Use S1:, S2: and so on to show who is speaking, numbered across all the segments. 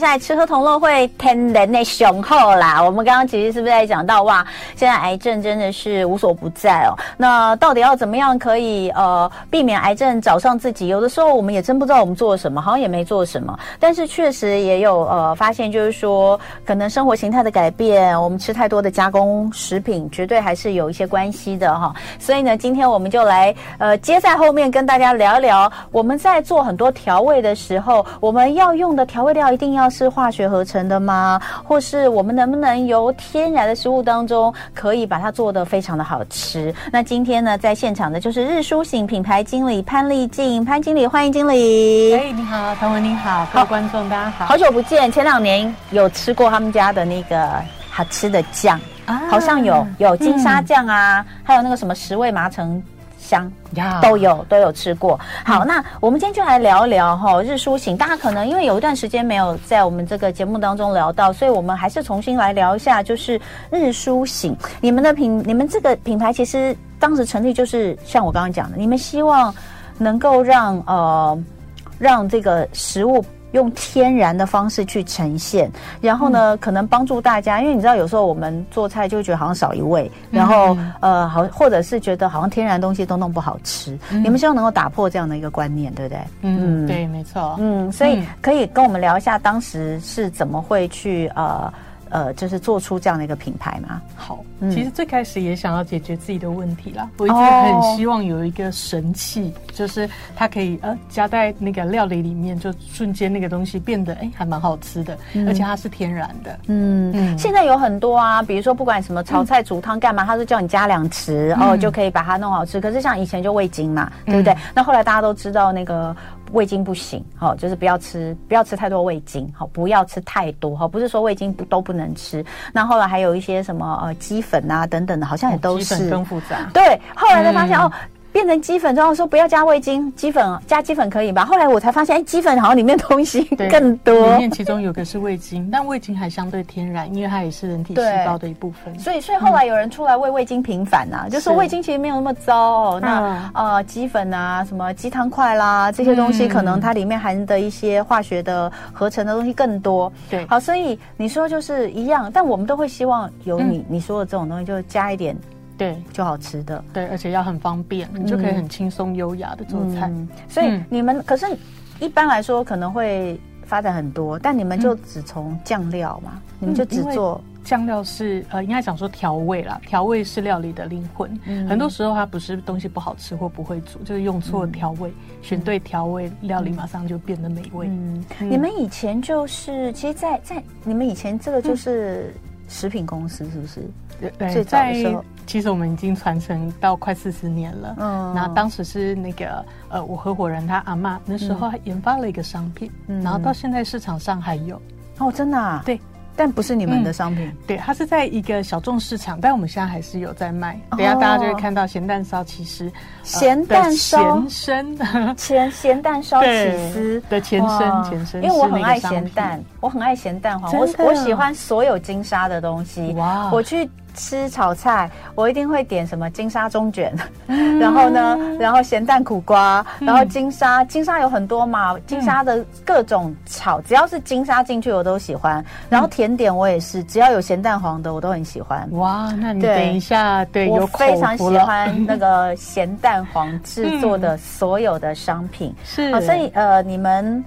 S1: 在吃喝同乐会天然的雄厚啦。我们刚刚其实是不是在讲到哇，现在癌症真的是无所不在哦。那到底要怎么样可以呃避免癌症找上自己？有的时候我们也真不知道我们做了什么，好像也没做什么，但是确实也有呃发现，就是说可能生活形态的改变，我们吃太多的加工食品，绝对还是有一些关系的哈。所以呢，今天我们就来呃接在后面跟大家聊一聊，我们在做很多调味的时候，我们要用的调味料一定要是化学合成的吗？或是我们能不能由天然的食物当中可以把它做得非常的好吃？那今天呢，在现场的就是日舒醒品牌经理潘丽静，潘经理，欢迎经理。
S2: 哎，你好，唐文，你好，各位观众，大家好。
S1: 好久不见，前两年有吃过他们家的那个好吃的酱，
S2: 啊
S1: 好像有有金沙酱啊，还有那个什么十味麻橙香。
S2: 呀
S1: 都有都有吃过。好，那我们今天就来聊一聊哈、日苏醒。大家可能因为有一段时间没有在我们这个节目当中聊到，所以我们还是重新来聊一下，就是日苏醒。你们的品，你们这个品牌其实当时成立就是像我刚刚讲的，你们希望能够让呃让这个食物。用天然的方式去呈现，然后呢，可能帮助大家，因为你知道，有时候我们做菜就会觉得好像少一味，然后、呃，好，或者是觉得好像天然东西都弄不好吃。你们希望能够打破这样的一个观念，对不对？
S2: 嗯，对，没错。
S1: 嗯，所以
S2: 嗯
S1: 可以跟我们聊一下当时是怎么会去呃呃，就是做出这样的一个品牌吗？
S2: 好，
S1: 嗯
S2: 其实最开始也想要解决自己的问题啦。我一直
S1: 哦
S2: 很希望有一个神器，就是它可以呃加在那个料理里面，就瞬间那个东西变得哎还蛮好吃的，而且它是天然的。
S1: 嗯，
S2: 嗯
S1: 现在有很多啊，比如说不管什么炒菜、煮汤干嘛，他都叫你加两匙、
S2: 嗯
S1: 哦，就可以把它弄好吃。可是像以前就味精嘛，对不对？那后来大家都知道那个。味精不行，哦，就是不要吃，不要吃太多味精，好、不要吃太多，哈、不是说味精不都不能吃。那后来还有一些什么呃鸡粉啊等等的，好像也都
S2: 哦鸡
S1: 是、
S2: 粉嗯更复杂。
S1: 对，后来才发现、哦，变成鸡粉之后说不要加味精，鸡粉加鸡粉可以吧？后来我才发现，哎，鸡粉好像里面东西
S2: 对
S1: 更
S2: 里
S1: 多。
S2: 面其中有个是味精，但味精还相对天然，因为它也是人体细
S1: 对
S2: 胞的一部分。
S1: 所以，所以后来有人出来为味精平反啊呐、就说
S2: 嗯是
S1: 味精其实没有那么糟哦。那、呃，鸡粉啊，什么鸡汤块啦，这些东西
S2: 嗯
S1: 可能它里面含的一些化学的合成的东西更多。
S2: 对
S1: 好，所以你说就是一样，但我们都会希望有你、
S2: 嗯
S1: 你说的这种东西，就加一点
S2: 对
S1: 就好吃的。
S2: 对，而且要很方便，你就可以很轻松优雅的做菜。
S1: 嗯，所以
S2: 嗯
S1: 你们、可是一般来说可能会发展很多，但你们就只从酱料嘛，你们就只
S2: 嗯因为
S1: 做
S2: 酱料是呃，应该讲说调味啦，调味是料理的灵魂。
S1: 嗯
S2: 很多时候它不是东西不好吃或不会煮，就是用错调味，选对调味，料理马上就变得美味。
S1: 嗯，你们以前就是，其实在，在你们以前这个就是食品公司，是不是？
S2: 对
S1: 最早的时候
S2: 在其实我们已经传承到快四十年了。
S1: 嗯
S2: 那当时是那个呃，我合伙人他阿嬷那时候还研发了一个商品，
S1: 嗯
S2: 然后到现在市场上还有。
S1: 哦，真的、啊，
S2: 对，
S1: 但不是你们的商品，
S2: 对，它是在一个小众市场，但我们现在还是有在卖。等一下
S1: 哦
S2: 大家就会看到咸蛋烧，其实呃
S1: 咸蛋烧
S2: 前身
S1: 前咸蛋烧起司
S2: 对。的前身
S1: 哇
S2: 前身，
S1: 因为我很爱咸蛋，，我很爱咸蛋黄，我
S2: 真的
S1: 我喜欢所有金沙的东西。
S2: 哇哦
S1: 我去吃炒菜，我一定会点什么金沙中卷，
S2: 嗯
S1: 然后呢，然后咸蛋苦瓜，然后金沙，金沙有很多嘛，金
S2: 嗯
S1: 沙的各种炒，只要是金沙进去我都喜
S2: 嗯
S1: 欢。然后甜点我也是，只要有咸蛋黄的我都很喜欢。
S2: 哇，那你
S1: 对
S2: 等一下，对，
S1: 我
S2: 有
S1: 非常
S2: 口福
S1: 喜
S2: 了，嗯
S1: 欢那个咸蛋黄制作的所有的商品。
S2: 是
S1: 好，所以呃，你们，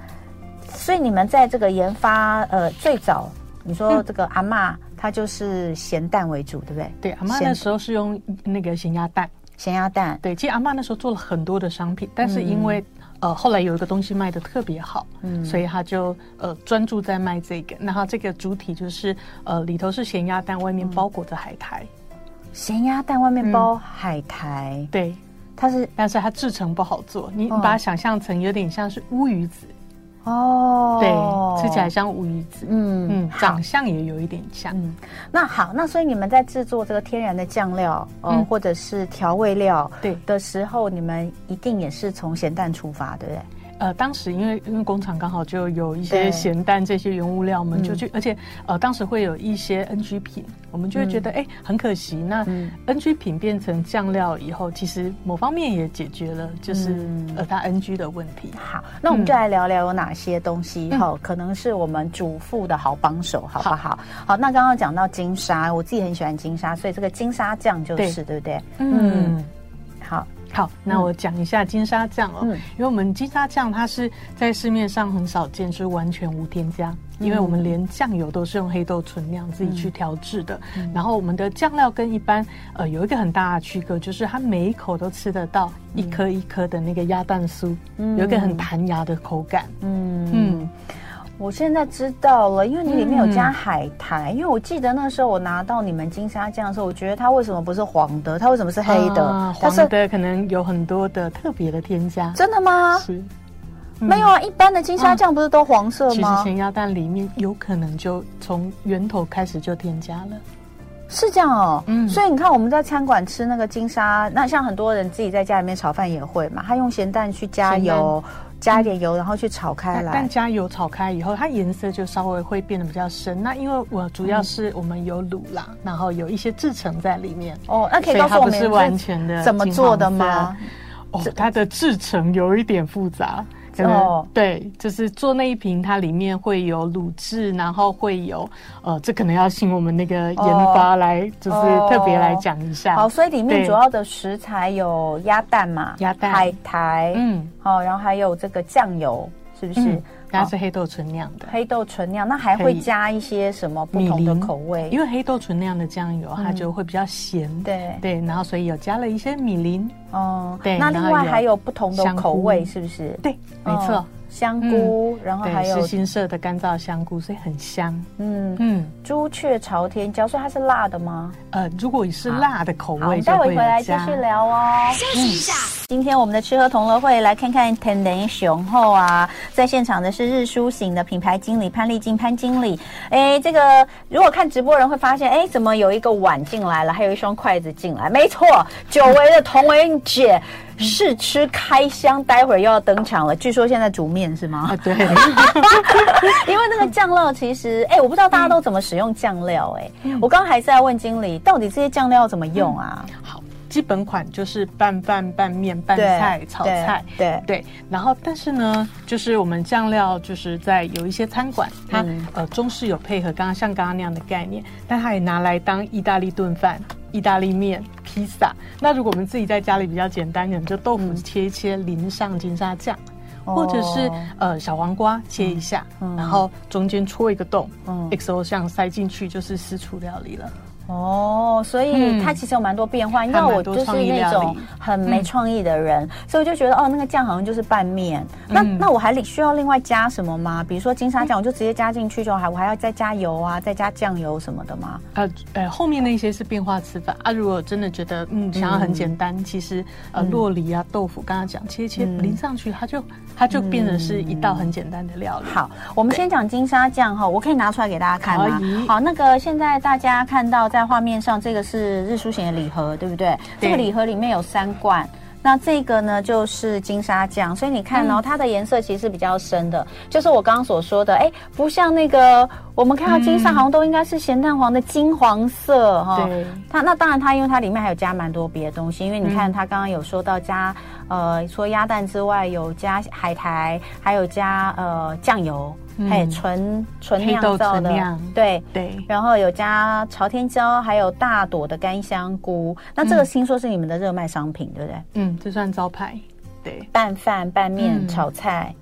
S1: 所以你们在这个研发呃最早，你说这个阿嬷她就是咸蛋为主，对不对？
S2: 对阿妈
S1: 咸
S2: 那时候是用那个咸鸭蛋，
S1: 咸鸭蛋，
S2: 对，其实阿妈那时候做了很多的商品，但是因
S1: 嗯
S2: 为、呃后来有一个东西卖的特别好，所以他就呃专注在卖这个。那它这个主体就是呃里头是咸鸭蛋，外
S1: 嗯
S2: 面包裹着海苔，
S1: 咸鸭蛋外面
S2: 嗯
S1: 包海苔，
S2: 对。
S1: 它是
S2: 但是它制成不好做，你
S1: 哦
S2: 把它想象成有点像是乌鱼子，
S1: 哦，
S2: 对，吃起来，像乌鱼子，
S1: 嗯
S2: 嗯，长相也有一点像，
S1: 嗯，那好，那所以你们在制作这个天然的酱料，呃，
S2: 嗯
S1: 或者是调味料，
S2: 对
S1: 的时候，你们一定也是从咸蛋出发，对不对？
S2: 呃，当时因为因为工厂刚好就有一些
S1: 对
S2: 咸蛋这些原物料，我们就
S1: 嗯
S2: 去，而且呃，当时会有一些 NG 品，我们就会觉得哎、诶很可惜。那
S1: 嗯
S2: NG 品变成酱料以后，其实某方面也解决了，就是、
S1: 嗯
S2: 呃它 NG 的问题。
S1: 好，那我们就来聊聊有哪些东西哈、可能是我们主妇的好帮手，好不好？好，那刚刚讲到金沙，我自己很喜欢金沙，所以这个金沙酱就是对不对？嗯
S2: 嗯
S1: 好，
S2: 好，那我讲一下金沙酱哦，
S1: 嗯
S2: 因为我们金沙酱它是在市面上很少见，是完全无添加，
S1: 嗯
S2: 因为我们连酱油都是用黑豆纯酿自己去调制的。
S1: 嗯
S2: 然后我们的酱料跟一般呃有一个很大的区隔，就是它每一口都吃得到一颗一颗的那个鸭蛋酥，有一个很弹牙的口感。
S1: 嗯嗯，
S2: 嗯，
S1: 我现在知道了，因为你里面有加海苔，因为我记得那时候我拿到你们金沙酱的时候，我觉得它为什么不是黄的，它为什么是黑的？
S2: 啊
S1: 它
S2: 黄
S1: 是
S2: 的可能有很多的特别的添加。
S1: 真的吗？
S2: 是，
S1: 没有啊，一般的金沙酱不是都黄色
S2: 其实
S1: 吗？
S2: 咸鸭蛋里面有可能就从源头开始就添加了。
S1: 是这样哦，
S2: 嗯
S1: 所以你看我们在餐馆吃那个金沙，那像很多人自己在家里面炒饭也会嘛，他用咸蛋去加油，加一点油，然后去炒开
S2: 但但
S1: 来。
S2: 加油炒开以后，它颜色就稍微会变得比较深。那因为我主要是我们有卤啦，然后有一些制成在里面，
S1: 哦，那可
S2: 所
S1: 以
S2: 以
S1: 告
S2: 它
S1: 诉我
S2: 不
S1: 们
S2: 是完全的
S1: 怎么做的吗？
S2: 金黄色？哦，它的制成有一点复杂。可能、
S1: 哦
S2: 对，就是做那一瓶，它里面会有卤制，然后会有呃，这可能要请我们那个研发来，就是特别来讲一下。
S1: 哦好，所以里面
S2: 对
S1: 主要的食材有鸭蛋嘛，
S2: 鸭蛋
S1: 海苔，
S2: 嗯，
S1: 好、然后还有这个酱油，是不是？
S2: 嗯它
S1: 好
S2: 是黑豆纯酿的。
S1: 黑豆纯酿，那还
S2: 可
S1: 会
S2: 以
S1: 加一些什么不同
S2: 米
S1: 的
S2: 淋
S1: 口味？
S2: 因为黑豆纯酿的酱油，它就会比较咸，
S1: 嗯对
S2: 对，然后所以有加了一些米淋，
S1: 哦，
S2: 对
S1: 那
S2: 然
S1: 另
S2: 后
S1: 外
S2: 有
S1: 还有不同的
S2: 香
S1: 口
S2: 菇
S1: 味，是不是？
S2: 对，没
S1: 嗯
S2: 错，嗯
S1: 香菇，然后
S2: 对，
S1: 还有
S2: 是新社的干燥香菇，所以很香。
S1: 嗯，
S2: 嗯，
S1: 朱雀朝天椒，所以它是辣的吗？
S2: 呃，如果嗯是辣的口
S1: 好，我
S2: 味，
S1: 们
S2: 就
S1: 待会
S2: 会
S1: 回来
S2: 有
S1: 继
S2: 加
S1: 续。聊哦。
S3: 休息一下。
S1: 今天我们的吃喝同乐会来看看 t e n d e 雄厚啊，在现场的是日苏醒的品牌经理潘丽静潘经理。哎，这个如果看直播人会发现，哎，怎么有一个碗进来了，还有一双筷子进来？没错，久违的童文姐
S2: 嗯
S1: 试吃开箱，待会儿又要登场了。据说现在煮面是吗
S2: 啊，？ 对，
S1: 因为那个酱料其实，哎、我不知道大家都怎么使用酱料、哎、
S2: 嗯
S1: 我刚刚还是在问经理，到底这些酱料怎么用啊？
S2: 好，基本款就是拌饭、拌面、拌
S1: 对
S2: 菜、炒菜。
S1: 对，对
S2: 嗯对，然后但是呢，就是我们酱料，就是在有一些餐馆，它、
S1: 嗯
S2: 呃中式有配合刚刚像刚刚那样的概念，但它也拿来当意大利炖饭、意大利面、披萨。那如果我们自己在家里比较简单，可能就豆腐切一切，淋上金沙酱，或者是、
S1: 哦
S2: 呃小黄瓜切一下，然后中间戳一个洞、
S1: 嗯
S2: x o 酱塞进去就是私厨料理了。
S1: 哦，所以
S2: 嗯
S1: 它其实有蛮多变化，因为
S2: 还蛮
S1: 我
S2: 多
S1: 就是
S2: 创意
S1: 那
S2: 料
S1: 种
S2: 理嗯
S1: 很没创意的人，所以我就觉得哦，那个酱好像就是拌面。
S2: 嗯
S1: 那那我还里需要另外加什么吗？比如说金沙酱，我就直接加进去就好，我还要再加油啊，再加酱油什么的吗？
S2: 呃呃，后面那些是变化吃法啊。如果真的觉得嗯想要很简单，其实呃
S1: 嗯
S2: 洛梨啊豆腐，刚刚讲切一切淋上去，它就它就变成是一道很简单的料理。
S1: 好，我们先讲金沙酱哈，我可以拿出来给大家看吗
S2: 可？以
S1: 好，那个现在大家看到在画面上，这个是日出型的礼盒，对不对？这
S2: 对
S1: 个礼盒里面有三罐。那这个呢，就是金沙酱，所以你
S2: 嗯
S1: 看哦，它的颜色其实是比较深的，就是我刚刚所说的，哎，不像那个我们看到金沙好像都应该是咸蛋黄的金黄色哈、
S2: 嗯对
S1: 它那当然它因为它里面还有加蛮多别的东西，因为你
S2: 嗯
S1: 看它刚刚有说到加呃，除了鸭蛋之外，有加海苔，还有加呃酱油，
S2: 嗯
S1: 还有纯纯
S2: 黑
S1: 酿
S2: 豆
S1: 造的
S2: 纯酿，
S1: 对。
S2: 对，
S1: 然后有加朝天椒，还有大朵的干香菇。那这个听说是你们的热卖商品，对不对？
S2: 嗯，这算招牌。对，
S1: 拌饭、拌面、
S2: 嗯
S1: 炒菜、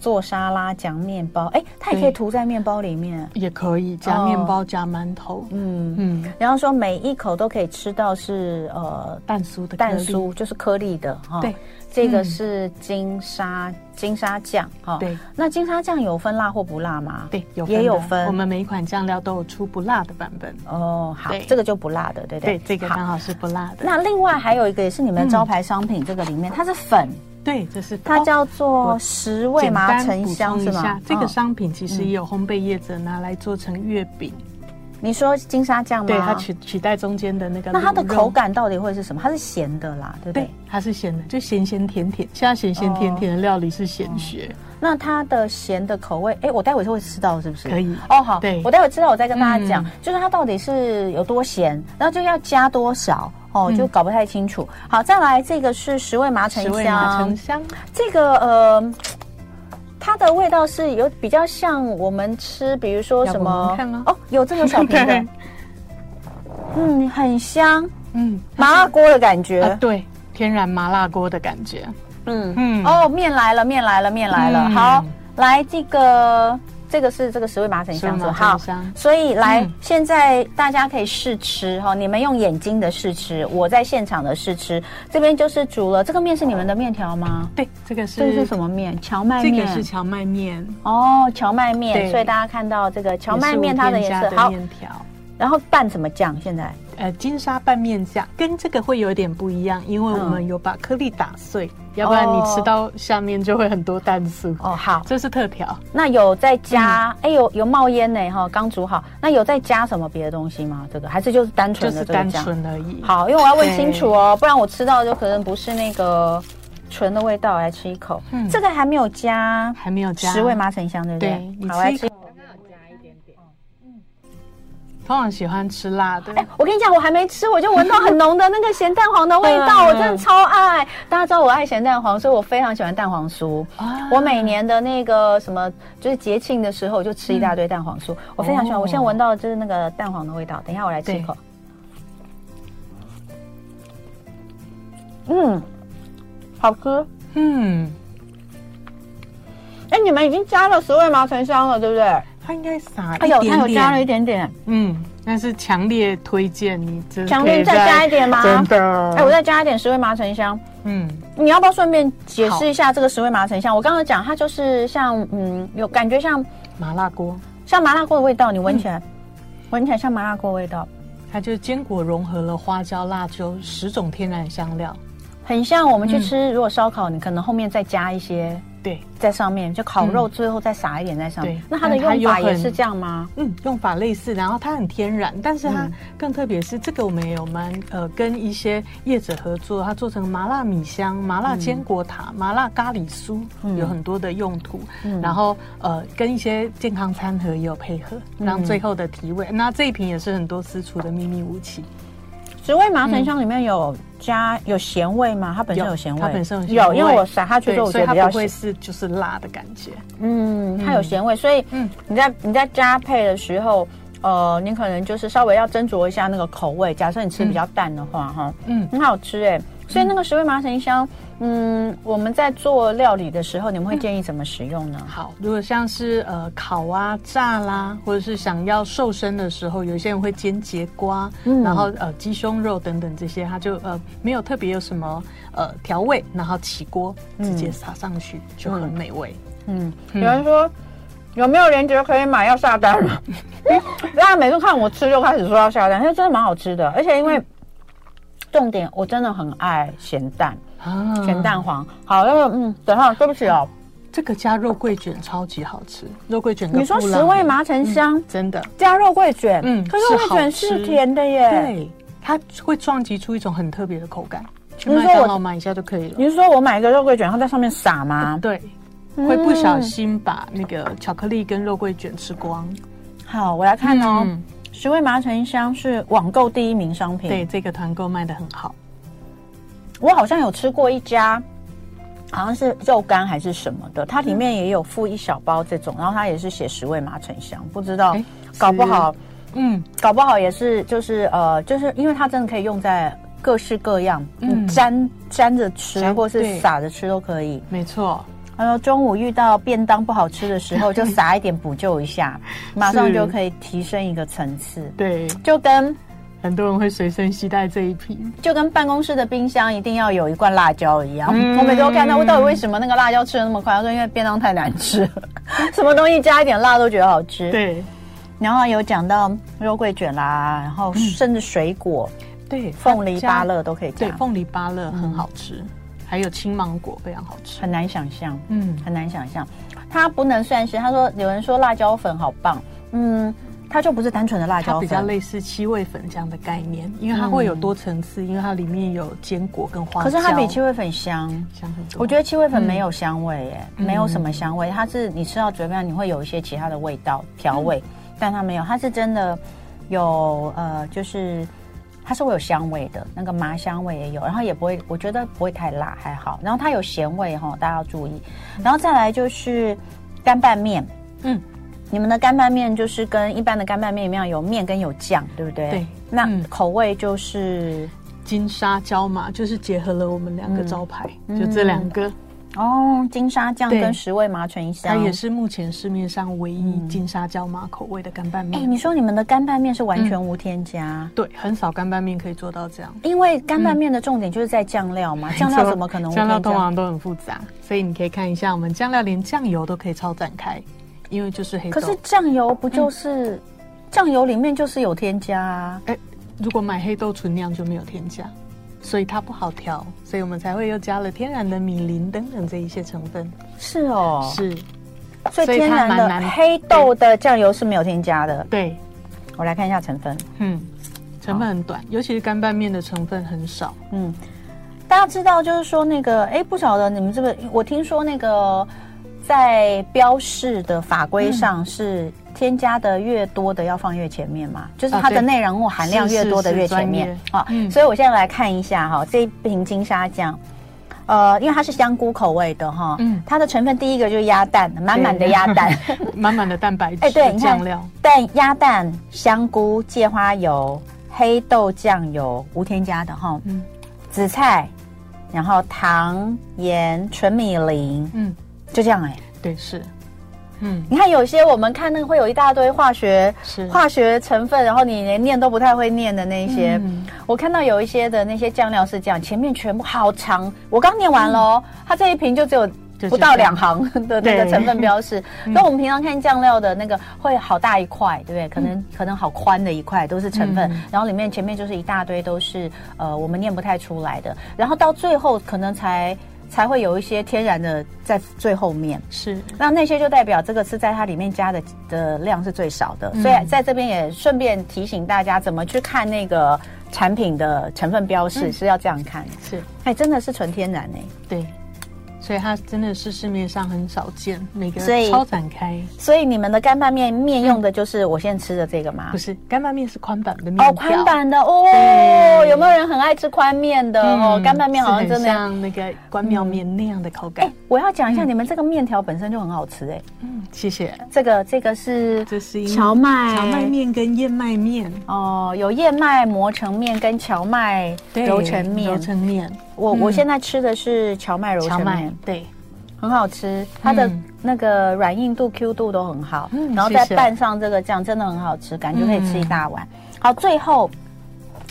S1: 做沙拉、夹面包，哎，它也可以
S2: 对
S1: 涂在面包里面。
S2: 也可以加
S1: 哦
S2: 面包加馒头，
S1: 嗯，
S2: 嗯，
S1: 然后说每一口都可以吃到是呃
S2: 蛋酥的
S1: 蛋
S2: 颗粒，
S1: 酥，就是颗粒的哈。
S2: 对，
S1: 这个
S2: 嗯
S1: 是金沙金沙酱哈。
S2: 对，
S1: 那金沙酱有分辣或不辣吗？
S2: 对，有
S1: 也有
S2: 的
S1: 分
S2: 我们每一款酱料都有出不辣的版本，
S1: 哦，好
S2: 对，
S1: 这个就不辣的，对不对？
S2: 对，这个
S1: 好。
S2: 刚好是不辣的。
S1: 那另外还有一个也是你们的招牌商品，这个里面它是粉，
S2: 对，这是
S1: 它
S2: 哦
S1: 叫做
S2: 我
S1: 十味
S2: 简
S1: 麻
S2: 单
S1: 沉
S2: 补
S1: 香
S2: 充
S1: 是
S2: 一下
S1: 吗？
S2: 这个
S1: 嗯
S2: 商品其实也有烘焙业者拿来做成月饼。
S1: 你说金沙酱吗？
S2: 对，它取取代中间的那个。
S1: 那它的口感到底会是什么？它是咸的啦，对不对？
S2: 对，它是咸的，就咸咸甜甜。现在咸咸甜甜的料理是咸学。
S1: 那它的咸的口味，哎，我待会是会吃到，是不是？
S2: 可以
S1: 哦，好，
S2: 对嗯
S1: 我待会知道，我再跟大家讲，就是它到底是有多咸，然后就要加多少。哦，就搞不太清楚。好，再来这个是十味麻
S2: 嗯十
S1: 陈
S2: 味麻
S1: 哦香
S2: 橙，香，
S1: 这个呃，它的味道是有比较像我们吃，比如说
S2: 要
S1: 什
S2: 闻
S1: 么
S2: 闻看啊
S1: 哦，有这个小瓶的
S2: 对，
S1: 嗯，很香，
S2: 嗯
S1: 麻辣锅的感觉，
S2: 啊，对，天然麻辣锅的感觉。
S1: 嗯
S2: 嗯
S1: 哦，面来了，面来了，面来了，
S2: 嗯
S1: 好，来这个。这个是这个十味麻绳香
S2: 十
S1: 子，
S2: 味麻
S1: 好
S2: 绳香，
S1: 所以来、
S2: 嗯
S1: 现在大家可以试吃哈、你们用眼睛的试吃，我在现场的试吃，这边就是煮了。这个面是你们的面条吗？
S2: 对，这个
S1: 这个是
S2: 是
S1: 什么面？荞麦
S2: 这
S1: 面。
S2: 个是荞麦面，
S1: 哦，荞麦面，
S2: 对
S1: 所以大家看到这个荞麦
S2: 也是我
S1: 面它的颜
S2: 店家
S1: 色
S2: 的
S1: 好，
S2: 面条。
S1: 然后拌什么酱？现在
S2: 呃，金沙拌面酱跟这个会有点不一样，因为我
S1: 嗯
S2: 们有把颗粒打碎，要不然你吃到下面就会很多蛋素。
S1: 哦好，
S2: 这是特调，
S1: 那有再加
S2: 嗯
S1: 哎、有有冒烟呢哈，刚煮好，那有再加什么别的东西吗？这个还是就是单
S2: 就
S1: 纯的
S2: 是
S1: 这个
S2: 单
S1: 酱？
S2: 纯而已。，
S1: 好，因为我要问清楚哦，不然我吃到就可能不是那个纯的味道。来吃一口，
S2: 嗯
S1: 这个还没有加
S2: 还没有加
S1: 十味。麻绳香，对不对？
S2: 对你
S1: 好，
S2: 吃
S1: 我来
S2: 一
S1: 吃。
S2: 通常喜欢吃辣的，
S1: 哎，我跟你讲，我还没吃，我就闻到很浓的那个咸蛋黄的味道，
S2: 嗯
S1: 我真的超爱。大家知道我爱咸蛋黄，所以我非常喜欢蛋黄酥。
S2: 啊
S1: 我每年的那个什么，就是节庆的时候，我就吃一大堆蛋黄酥，我非常喜欢。
S2: 哦
S1: 我现在闻到就是那个蛋黄的味道，等一下我来吃一口。嗯，好吃。
S2: 嗯，
S1: 哎，你们已经加了十味麻橙香了，对不对？
S2: 它应该撒
S1: 哎
S2: 一
S1: 呦，
S2: 点点，
S1: 它有加了一点点，
S2: 嗯，但是强烈推荐你，真的
S1: 强烈再加一点吗
S2: 可以再真的，
S1: 哎，我再加一点十味麻橙香。
S2: 嗯，
S1: 你要不要顺便解释一下这个十味麻橙香？我刚刚讲它就是像嗯，有感觉像
S2: 麻辣锅，
S1: 像麻辣锅的味道，你闻起来，闻起来像麻辣锅味道，
S2: 它就是坚果融合了花椒、辣椒十种天然香料，
S1: 很像我们去
S2: 嗯
S1: 吃如果烧烤，你可能后面再加一些
S2: 对，
S1: 在上面，就烤肉
S2: 嗯
S1: 最后再撒一点在上面
S2: 对。
S1: 那它的用法
S2: 但它又
S1: 也
S2: 很
S1: 是这样吗？
S2: 嗯，用法类似，然后它很天然，但是它
S1: 嗯
S2: 更特别是这个我们也有蛮呃跟一些业者合作，它做成麻辣米香、麻辣坚果塔、麻辣咖喱酥，
S1: 嗯
S2: 有很多的用途。
S1: 嗯
S2: 然后呃跟一些健康餐盒也有配合，
S1: 嗯
S2: 让最后的提味。那这一瓶也是很多私厨的秘密武器，
S1: 十味麻橙香里面有加有咸味吗？它本身
S2: 有
S1: 有咸味，
S2: 它本身有咸
S1: 有，
S2: 味
S1: 因为我撒下去之后，我觉
S2: 所以
S1: 得
S2: 它
S1: 比较
S2: 不会
S1: 咸。
S2: 是就是辣的感觉。
S1: 嗯，它
S2: 嗯
S1: 有咸味，所以
S2: 嗯
S1: 你在你在加配的时候，呃，你可能就是稍微要斟酌一下那个口味。假设你吃比较淡的话，哈、
S2: 嗯，
S1: 很好吃哎。所以那个十味麻绳香，嗯，我们在做料理的时候，你们会
S2: 嗯
S1: 建议怎么使用呢？
S2: 好，如果像是呃烤啊、炸啦，或者是想要瘦身的时候，有些人会煎节瓜，
S1: 嗯
S2: 然后呃鸡胸肉等等这些，它就呃没有特别有什么呃调味，然后起锅直接撒上去、就很美味。
S1: 嗯，有人说有没有人觉得可以买要下单 了？大家每次看我吃就开始说要下单，因为真的蛮好吃的，而且因为重点我真的很爱咸蛋，
S2: 啊
S1: 咸蛋黄。好，那个嗯，等一下，对不起哦，
S2: 这个加肉桂卷超级好吃，肉桂卷跟
S1: 你说
S2: 布
S1: 十
S2: 朗
S1: 味
S2: 尼
S1: 麻橙香。
S2: 真的
S1: 加肉桂卷，
S2: 嗯
S1: 可是肉桂卷
S2: 是
S1: 是
S2: 好吃
S1: 甜的耶。
S2: 对，它会撞击出一种很特别的口感。去
S1: 你说
S2: 麦
S1: 我
S2: 当劳买一下就可以了。
S1: 你是说我买一个肉桂卷，然后在上面撒吗？
S2: 对，会不
S1: 嗯
S2: 小心把那个巧克力跟肉桂卷吃光。
S1: 嗯好，我来看哦
S2: 嗯。
S1: 十味麻橙香是网购第一名商品。
S2: 对，，这个团购卖的很好。
S1: 我好像有吃过一家，好像是肉干还是什么的，它里面也有附一小包这种，然后它也是写十味麻橙香，不知道
S2: 哎，
S1: 搞不好，
S2: 嗯，
S1: 搞不好也是就是呃，就是因为它真的可以用在各式各样，
S2: 嗯
S1: 你沾沾着吃
S2: 沾
S1: 或是
S2: 对
S1: 撒着吃都可以。
S2: 没错，
S1: 他说中午遇到便当不好吃的时 候，就撒一点补救一下，马上
S2: 是
S1: 就可以提升一个层次。
S2: 对，
S1: 就跟
S2: 很多人会随身携带这一瓶。
S1: 就跟办公室的冰箱一定要有一罐辣椒一样，
S2: 嗯
S1: 我每次都看到，我到底为什么那个辣椒吃的那么快？他说因为便当太难 吃了，什么东西加一点辣都觉得好吃。
S2: 对
S1: 然后有讲到肉桂卷啦，然
S2: 嗯
S1: 后甚至水果，
S2: 对，
S1: 凤梨、芭
S2: 加
S1: 乐都可以加
S2: 对，，凤梨芭乐很好
S1: 嗯
S2: 吃，还有青芒果非常好吃。
S1: 很难想象。
S2: 嗯，
S1: 很难想象，它不能算是。他说有人说辣椒粉好棒，嗯，它就不是单纯的辣椒
S2: 它
S1: 粉，
S2: 比较类似七味粉这样的概念，因为它会有多层次，因为它里面有坚果跟花
S1: 嗯可
S2: 椒。
S1: 是它比七味粉香。
S2: 香很多。
S1: 我觉得七味粉没有香味耶，
S2: 嗯
S1: 没有什么香味，它是你吃到嘴边你会有一些其他的味道调味，
S2: 嗯
S1: 但它没有，它是真的有呃，就是它是会有香味的，那个麻香味也有，然后也不会，我觉得不会太辣，还好。然后它有咸味哈，大家要注意。然后再来就是干拌面，
S2: 嗯，
S1: 你们的干拌面就是跟一般的干拌面一样，有面跟有酱，对不对？
S2: 对
S1: 那
S2: 嗯
S1: 口味就是、
S2: 金沙椒麻就是结合了我们两个招牌，
S1: 嗯
S2: 就这两个，
S1: 哦，金沙酱
S2: 对
S1: 跟十味麻醇香，
S2: 它也是目前市面上唯一金沙椒麻口味的干拌
S1: 嗯哎、
S2: 面。
S1: 你说你们的干拌面是
S2: 嗯
S1: 完全无添加？
S2: 对，很少干拌面可以做到这样。
S1: 因为干拌面的重点就是在酱料嘛，酱料怎么可能无
S2: 嗯酱料
S1: 添
S2: 通
S1: 加？
S2: 常都很复杂，所以你可以看一下，我们酱料连酱油都可以超展开，因为就是黑
S1: 可
S2: 豆。
S1: 是酱油
S2: 嗯
S1: 不就是、酱油里面就是有添加啊？
S2: 哎如果买黑豆纯酿就没有添加，所以它不好调，所以我们才会又加了天然的米林等等这一些成分。
S1: 是哦，
S2: 是，
S1: 所以
S2: 所以
S1: 天
S2: 它
S1: 然
S2: 蛮
S1: 的
S2: 难
S1: 黑豆的酱油是没有添加的。
S2: 对，
S1: 我来看一下成分，
S2: 嗯，成分很短，尤其是干拌面的成分 很少。
S1: 嗯，大家知道就是说那个，哎，不晓得你们这个，我听说那个在标示的法规上是添加的越多的要放越前面嘛，就是它的
S2: 对
S1: 内容物含量越多的越前面
S2: 啊
S1: 啊。
S2: 是是是嗯
S1: 所以我现在来看一下哈，这一瓶金沙酱。呃，因为它是香菇口味的哈，
S2: 嗯
S1: 它的成分第一个就是鸭蛋，满满的
S2: 对
S1: 鸭蛋，
S2: 满满的蛋白
S1: 哎
S2: 质
S1: 对、你看
S2: 酱料，
S1: 蛋、鸭蛋、香菇、芥花油、黑豆酱油，无添加的哈，
S2: 嗯
S1: 紫菜，然后糖、盐、纯米淋，
S2: 嗯，
S1: 就这样哎、
S2: 对，是，嗯
S1: 你看有些我们看那个会有一大堆化学
S2: 是
S1: 化学成分，然后你连念都不太会念的那一些，
S2: 嗯
S1: 我看到有一些的那些酱料是这样，前面全部好长，我刚念完喽、它这一瓶就只有。
S2: 嗯就
S1: 不
S2: 是
S1: 到
S2: 这样
S1: 两行 的那个
S2: 对嗯
S1: 成分标示，跟我们平常看酱料的那个会好大一块，对不对？可能、可能好宽的一块都是成分，
S2: 嗯
S1: 然后里面前面就是一大堆都是呃我们念不太出来的，然后到最后可能才才会有一些天然的在最后面。
S2: 是。
S1: 那那些就代表这个是在它里面加的的量是最少的，
S2: 嗯
S1: 所以在这边也顺便提醒大家怎么去看那个产品的成分标
S2: 嗯
S1: 示是要这样看。
S2: 是
S1: 哎，真的是纯天然哎、
S2: 对，所以它真的是市面上很少见，每个
S1: 所以
S2: 超展开，
S1: 所以你们的干拌面面用的就是我现在吃的这个吗
S2: 不？是干拌面是宽版的面
S1: 啊哦，
S2: 条
S1: 宽版的哦，
S2: 对
S1: 有没有人很爱吃宽面的、哦？
S2: 嗯
S1: 干拌面好像
S2: 是
S1: 真
S2: 很
S1: 的。
S2: 像嗯那个关庙面那样的口
S1: 哎、
S2: 感。
S1: 我要讲一下，你们这个面条本身就很好吃哎、
S2: 嗯，谢谢。
S1: 这个这个是
S2: 这是因
S1: 荞麦
S2: 荞麦面跟燕麦面，
S1: 哦，有燕麦磨成面跟荞麦
S2: 对
S1: 揉成面
S2: 揉，成面，
S1: 我、
S2: 嗯
S1: 我现在吃的是荞麦揉
S2: 荞
S1: 成
S2: 麦
S1: 面，
S2: 对，
S1: 很好吃，它的
S2: 嗯
S1: 那个软硬度、Q 度都很好，
S2: 嗯
S1: 然后再
S2: 谢谢
S1: 拌上这个酱，真的很好吃，感觉可以吃一大
S2: 嗯
S1: 碗。好，最后。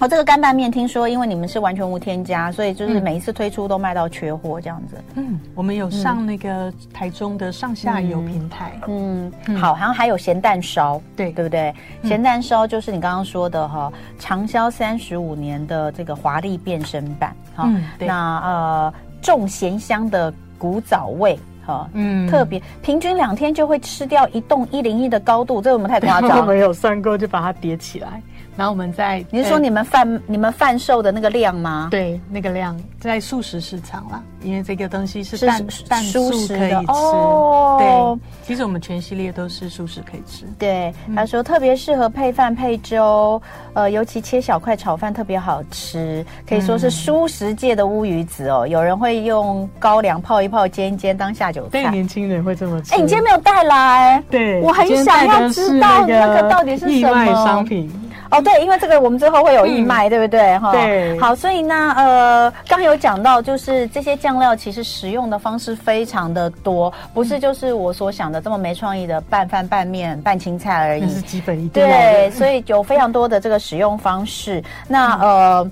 S1: 哦，这个干拌面听说，因为你们是完全无添加，所以就是
S2: 嗯
S1: 每一次推出都卖到缺货这样子。
S2: 嗯，我们有上那个台中的上下游平台，
S1: 嗯，
S2: 嗯
S1: 好，然后还有咸蛋烧，
S2: 对嗯
S1: 对不对？咸蛋烧就是你刚刚说的哈、长销三十五年的这个华丽变身版哈、
S2: 嗯对
S1: 那呃重咸香的古早味哈。
S2: 嗯
S1: 特别平均两天就会吃掉一栋一零一的高度，这我们太夸
S2: 我
S1: 张。
S2: 们有算过，就把它叠起来，然后我们再
S1: 你是说
S2: 呃
S1: 你们贩你们贩售的那个量吗？
S2: 对，那个量在素食市场啦，因为这个东西是
S1: 是
S2: 蛋
S1: 是
S2: 蛋
S1: 素
S2: 素
S1: 食
S2: 可以
S1: 的
S2: 吃，
S1: 哦
S2: 对，其实我们全系列都是素食可以吃，
S1: 对，
S2: 嗯
S1: 他说特别适合配饭配粥，呃，尤其切小块炒饭特别好吃，可以说
S2: 嗯
S1: 是蔬食界的乌鱼子哦。有人会用高粱泡一泡，煎一煎当下酒菜。
S2: 年轻人会这么吃
S1: 哎，你今天没有带来
S2: 对
S1: 我很
S2: 今天
S1: 想要
S2: 带的
S1: 知
S2: 是
S1: 道那个到底是
S2: 义
S1: 什
S2: 卖
S1: 么
S2: 商品，
S1: 哦，对，因为这个我们之后会有义卖，对不对？哈，
S2: 嗯对
S1: 好，所以呢，呃，刚有讲到，就是这些酱料其实使用的方式非常的多，不
S2: 嗯
S1: 是就是我所想的这么没创意的拌饭、拌面、拌青菜而已
S2: 那。是基本一定要的
S1: 嗯
S2: 嗯
S1: 对，所以有非常多的这个使用方式。那呃，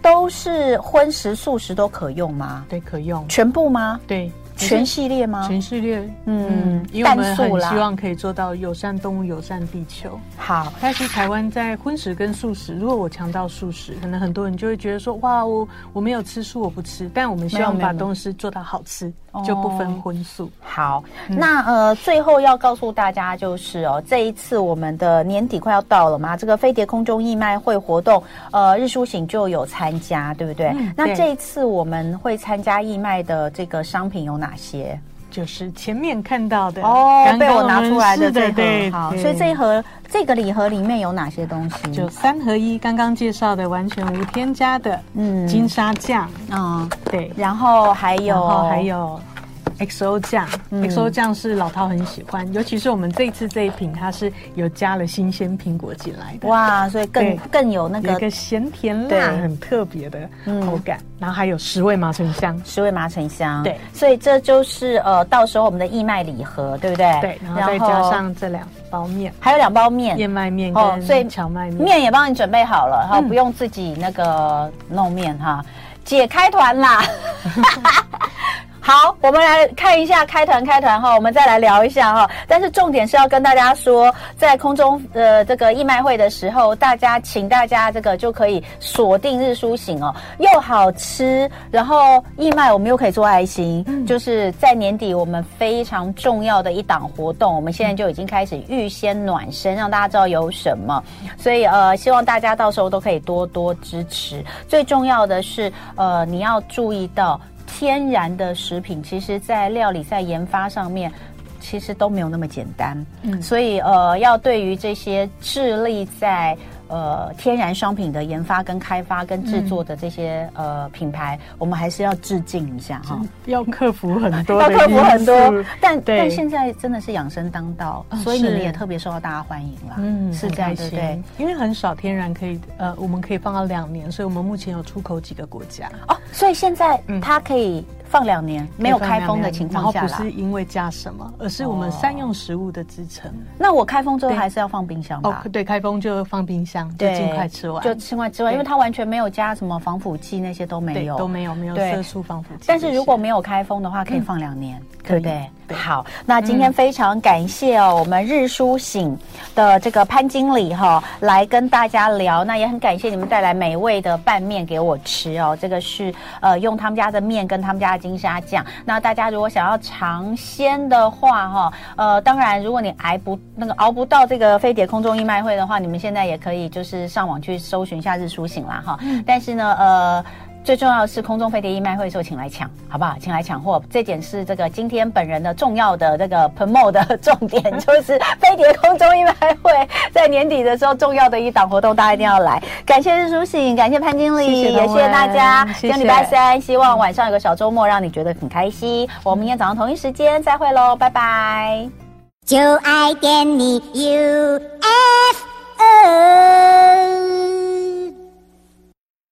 S1: 都是荤食、素食都可用吗？
S2: 对可用，
S1: 全部吗？
S2: 对
S1: 全系列吗？
S2: 全系列，
S1: 嗯
S2: 嗯，因为我们
S1: 蛋素
S2: 很
S1: 啦
S2: 希望可以做到友善动物、友善地球。
S1: 好，
S2: 但是台湾在荤食跟素食，如果我强调素食，可能很多人就会觉得说，哇，我我没有吃素，我不吃。但我们希望
S1: 没有
S2: 把
S1: 没有
S2: 东西做到好吃
S1: 哦，
S2: 就不分荤素。
S1: 好，
S2: 嗯
S1: 那呃，最后要告诉大家就是哦，这一次我们的年底快要到了嘛，这个飞碟空中义卖会活动，呃，日出醒就有参加，对不对？
S2: 嗯
S1: 那
S2: 对
S1: 这一次我们会参加义卖的这个商品有哪些？
S2: 就是前面看到的
S1: 哦，
S2: 刚刚
S1: 被我
S2: 们
S1: 拿出来的
S2: 试
S1: 这
S2: 的
S1: 盒，
S2: 对，
S1: 好，
S2: 对
S1: 所以这一盒这个礼盒里面有哪些东西？
S2: 就三合一，刚刚介绍的完全无添加的，
S1: 嗯
S2: 金沙酱，
S1: 嗯，
S2: 对，
S1: 然后还有，
S2: 然后还有 XO 酱、
S1: 嗯
S2: x o 酱是老饕很喜欢，尤其是我们这一次这一瓶，它是有加了新鲜苹果进来的，
S1: 哇，所以更
S2: 对
S1: 更有那
S2: 有一
S1: 个
S2: 个咸甜
S1: 对嗯
S2: 辣很特别的口感，然后还有十味麻醇香。
S1: 十味麻醇香，
S2: 对
S1: 所以这就是呃，到时候我们的义卖礼盒，对不对？
S2: 对，然后再加上这两包面，
S1: 还有两包面，
S2: 燕麦面
S1: 哦所以
S2: 跟荞麦面，
S1: 面也帮你准备好了哈，
S2: 嗯
S1: 不用自己那个弄面哈，姐开团啦！好，我们来看一下开团开团哈，我们再来聊一下哈。但是重点是要跟大家说，在空中呃这个义卖会的时候，大家请大家这个就可以锁定日苏醒哦，又好吃，然后义卖我们又可以做爱心，就是在年底我们非常重要的一档活动，我们现在就已经开始预先暖身，让大家知道有什么。所以呃，希望大家到时候都可以多多支持。最重要的是，呃，你要注意到天然的食品，其实在料理在研发上面。其实都没有那么简单，嗯，所以呃，要对于这些致力在呃天然商品的研发跟开发跟制作的这些、呃品牌，我们还是要致敬一下哈。
S2: 要克服很 多
S1: 要
S2: 的因素，
S1: 克服很多，但
S2: 对哦
S1: 但现在真的是养生当道，所以你
S2: 是
S1: 们也特别受到大家欢迎啦。
S2: 嗯，
S1: 是这样
S2: 很
S1: 对
S2: 开
S1: 不对
S2: 心？因为很少天然可以，呃，我们可以放到两年，所以我们目前有出口几个国家，
S1: 哦，所以现在
S2: 嗯
S1: 它可以放两年，没有开封的情况下
S2: 然
S1: 啦哦
S2: 后不。是因为加什么，而是我们善用食物的支撑。
S1: 那我开封之后
S2: 对
S1: 还是要放冰箱
S2: 哦
S1: 吧，？
S2: 对，开封就放冰箱，就尽快吃完，
S1: 嗯就尽快吃完，
S2: 对
S1: 因为它完全没有加什么防腐剂，那些都没
S2: 对
S1: 有，
S2: 都没有没有
S1: 对
S2: 色素、防腐剂这些。
S1: 但是如果没有开封的话，可以放两年，对不
S2: 嗯可
S1: 对
S2: 以？对
S1: 好，那今天非常感谢哦，我们日书醒的这个潘经理哈、来跟大家聊。那也很感谢你们带来美味的拌面给我吃哦，这个是呃用他们家的面跟他们家的金沙酱。那大家如果想要尝鲜的话哈、呃，当然如果你挨不那个熬不到这个飞碟空中义卖会的话，你们现在也可以就是上网去搜寻一下日书醒啦哈、
S2: 嗯
S1: 但是呢，呃。最重要的是空中飞碟义卖会的时候，请来抢，好不好？请来抢货，这点是这个今天本人的重要的这个 promo 的 重点，就是飞碟空中义卖会在年底的时候重要的一档活动，大家一定要来。感谢日苏醒，感谢潘经理，
S2: 谢谢
S1: 也
S2: 龙
S1: 谢谢大家。
S2: 文
S1: 今天
S2: 谢谢
S1: 礼拜三，希望晚上有个小周末，让你觉得很开心。我们明天早上同一时间再会喽，拜拜。
S3: 就爱点你 UFO。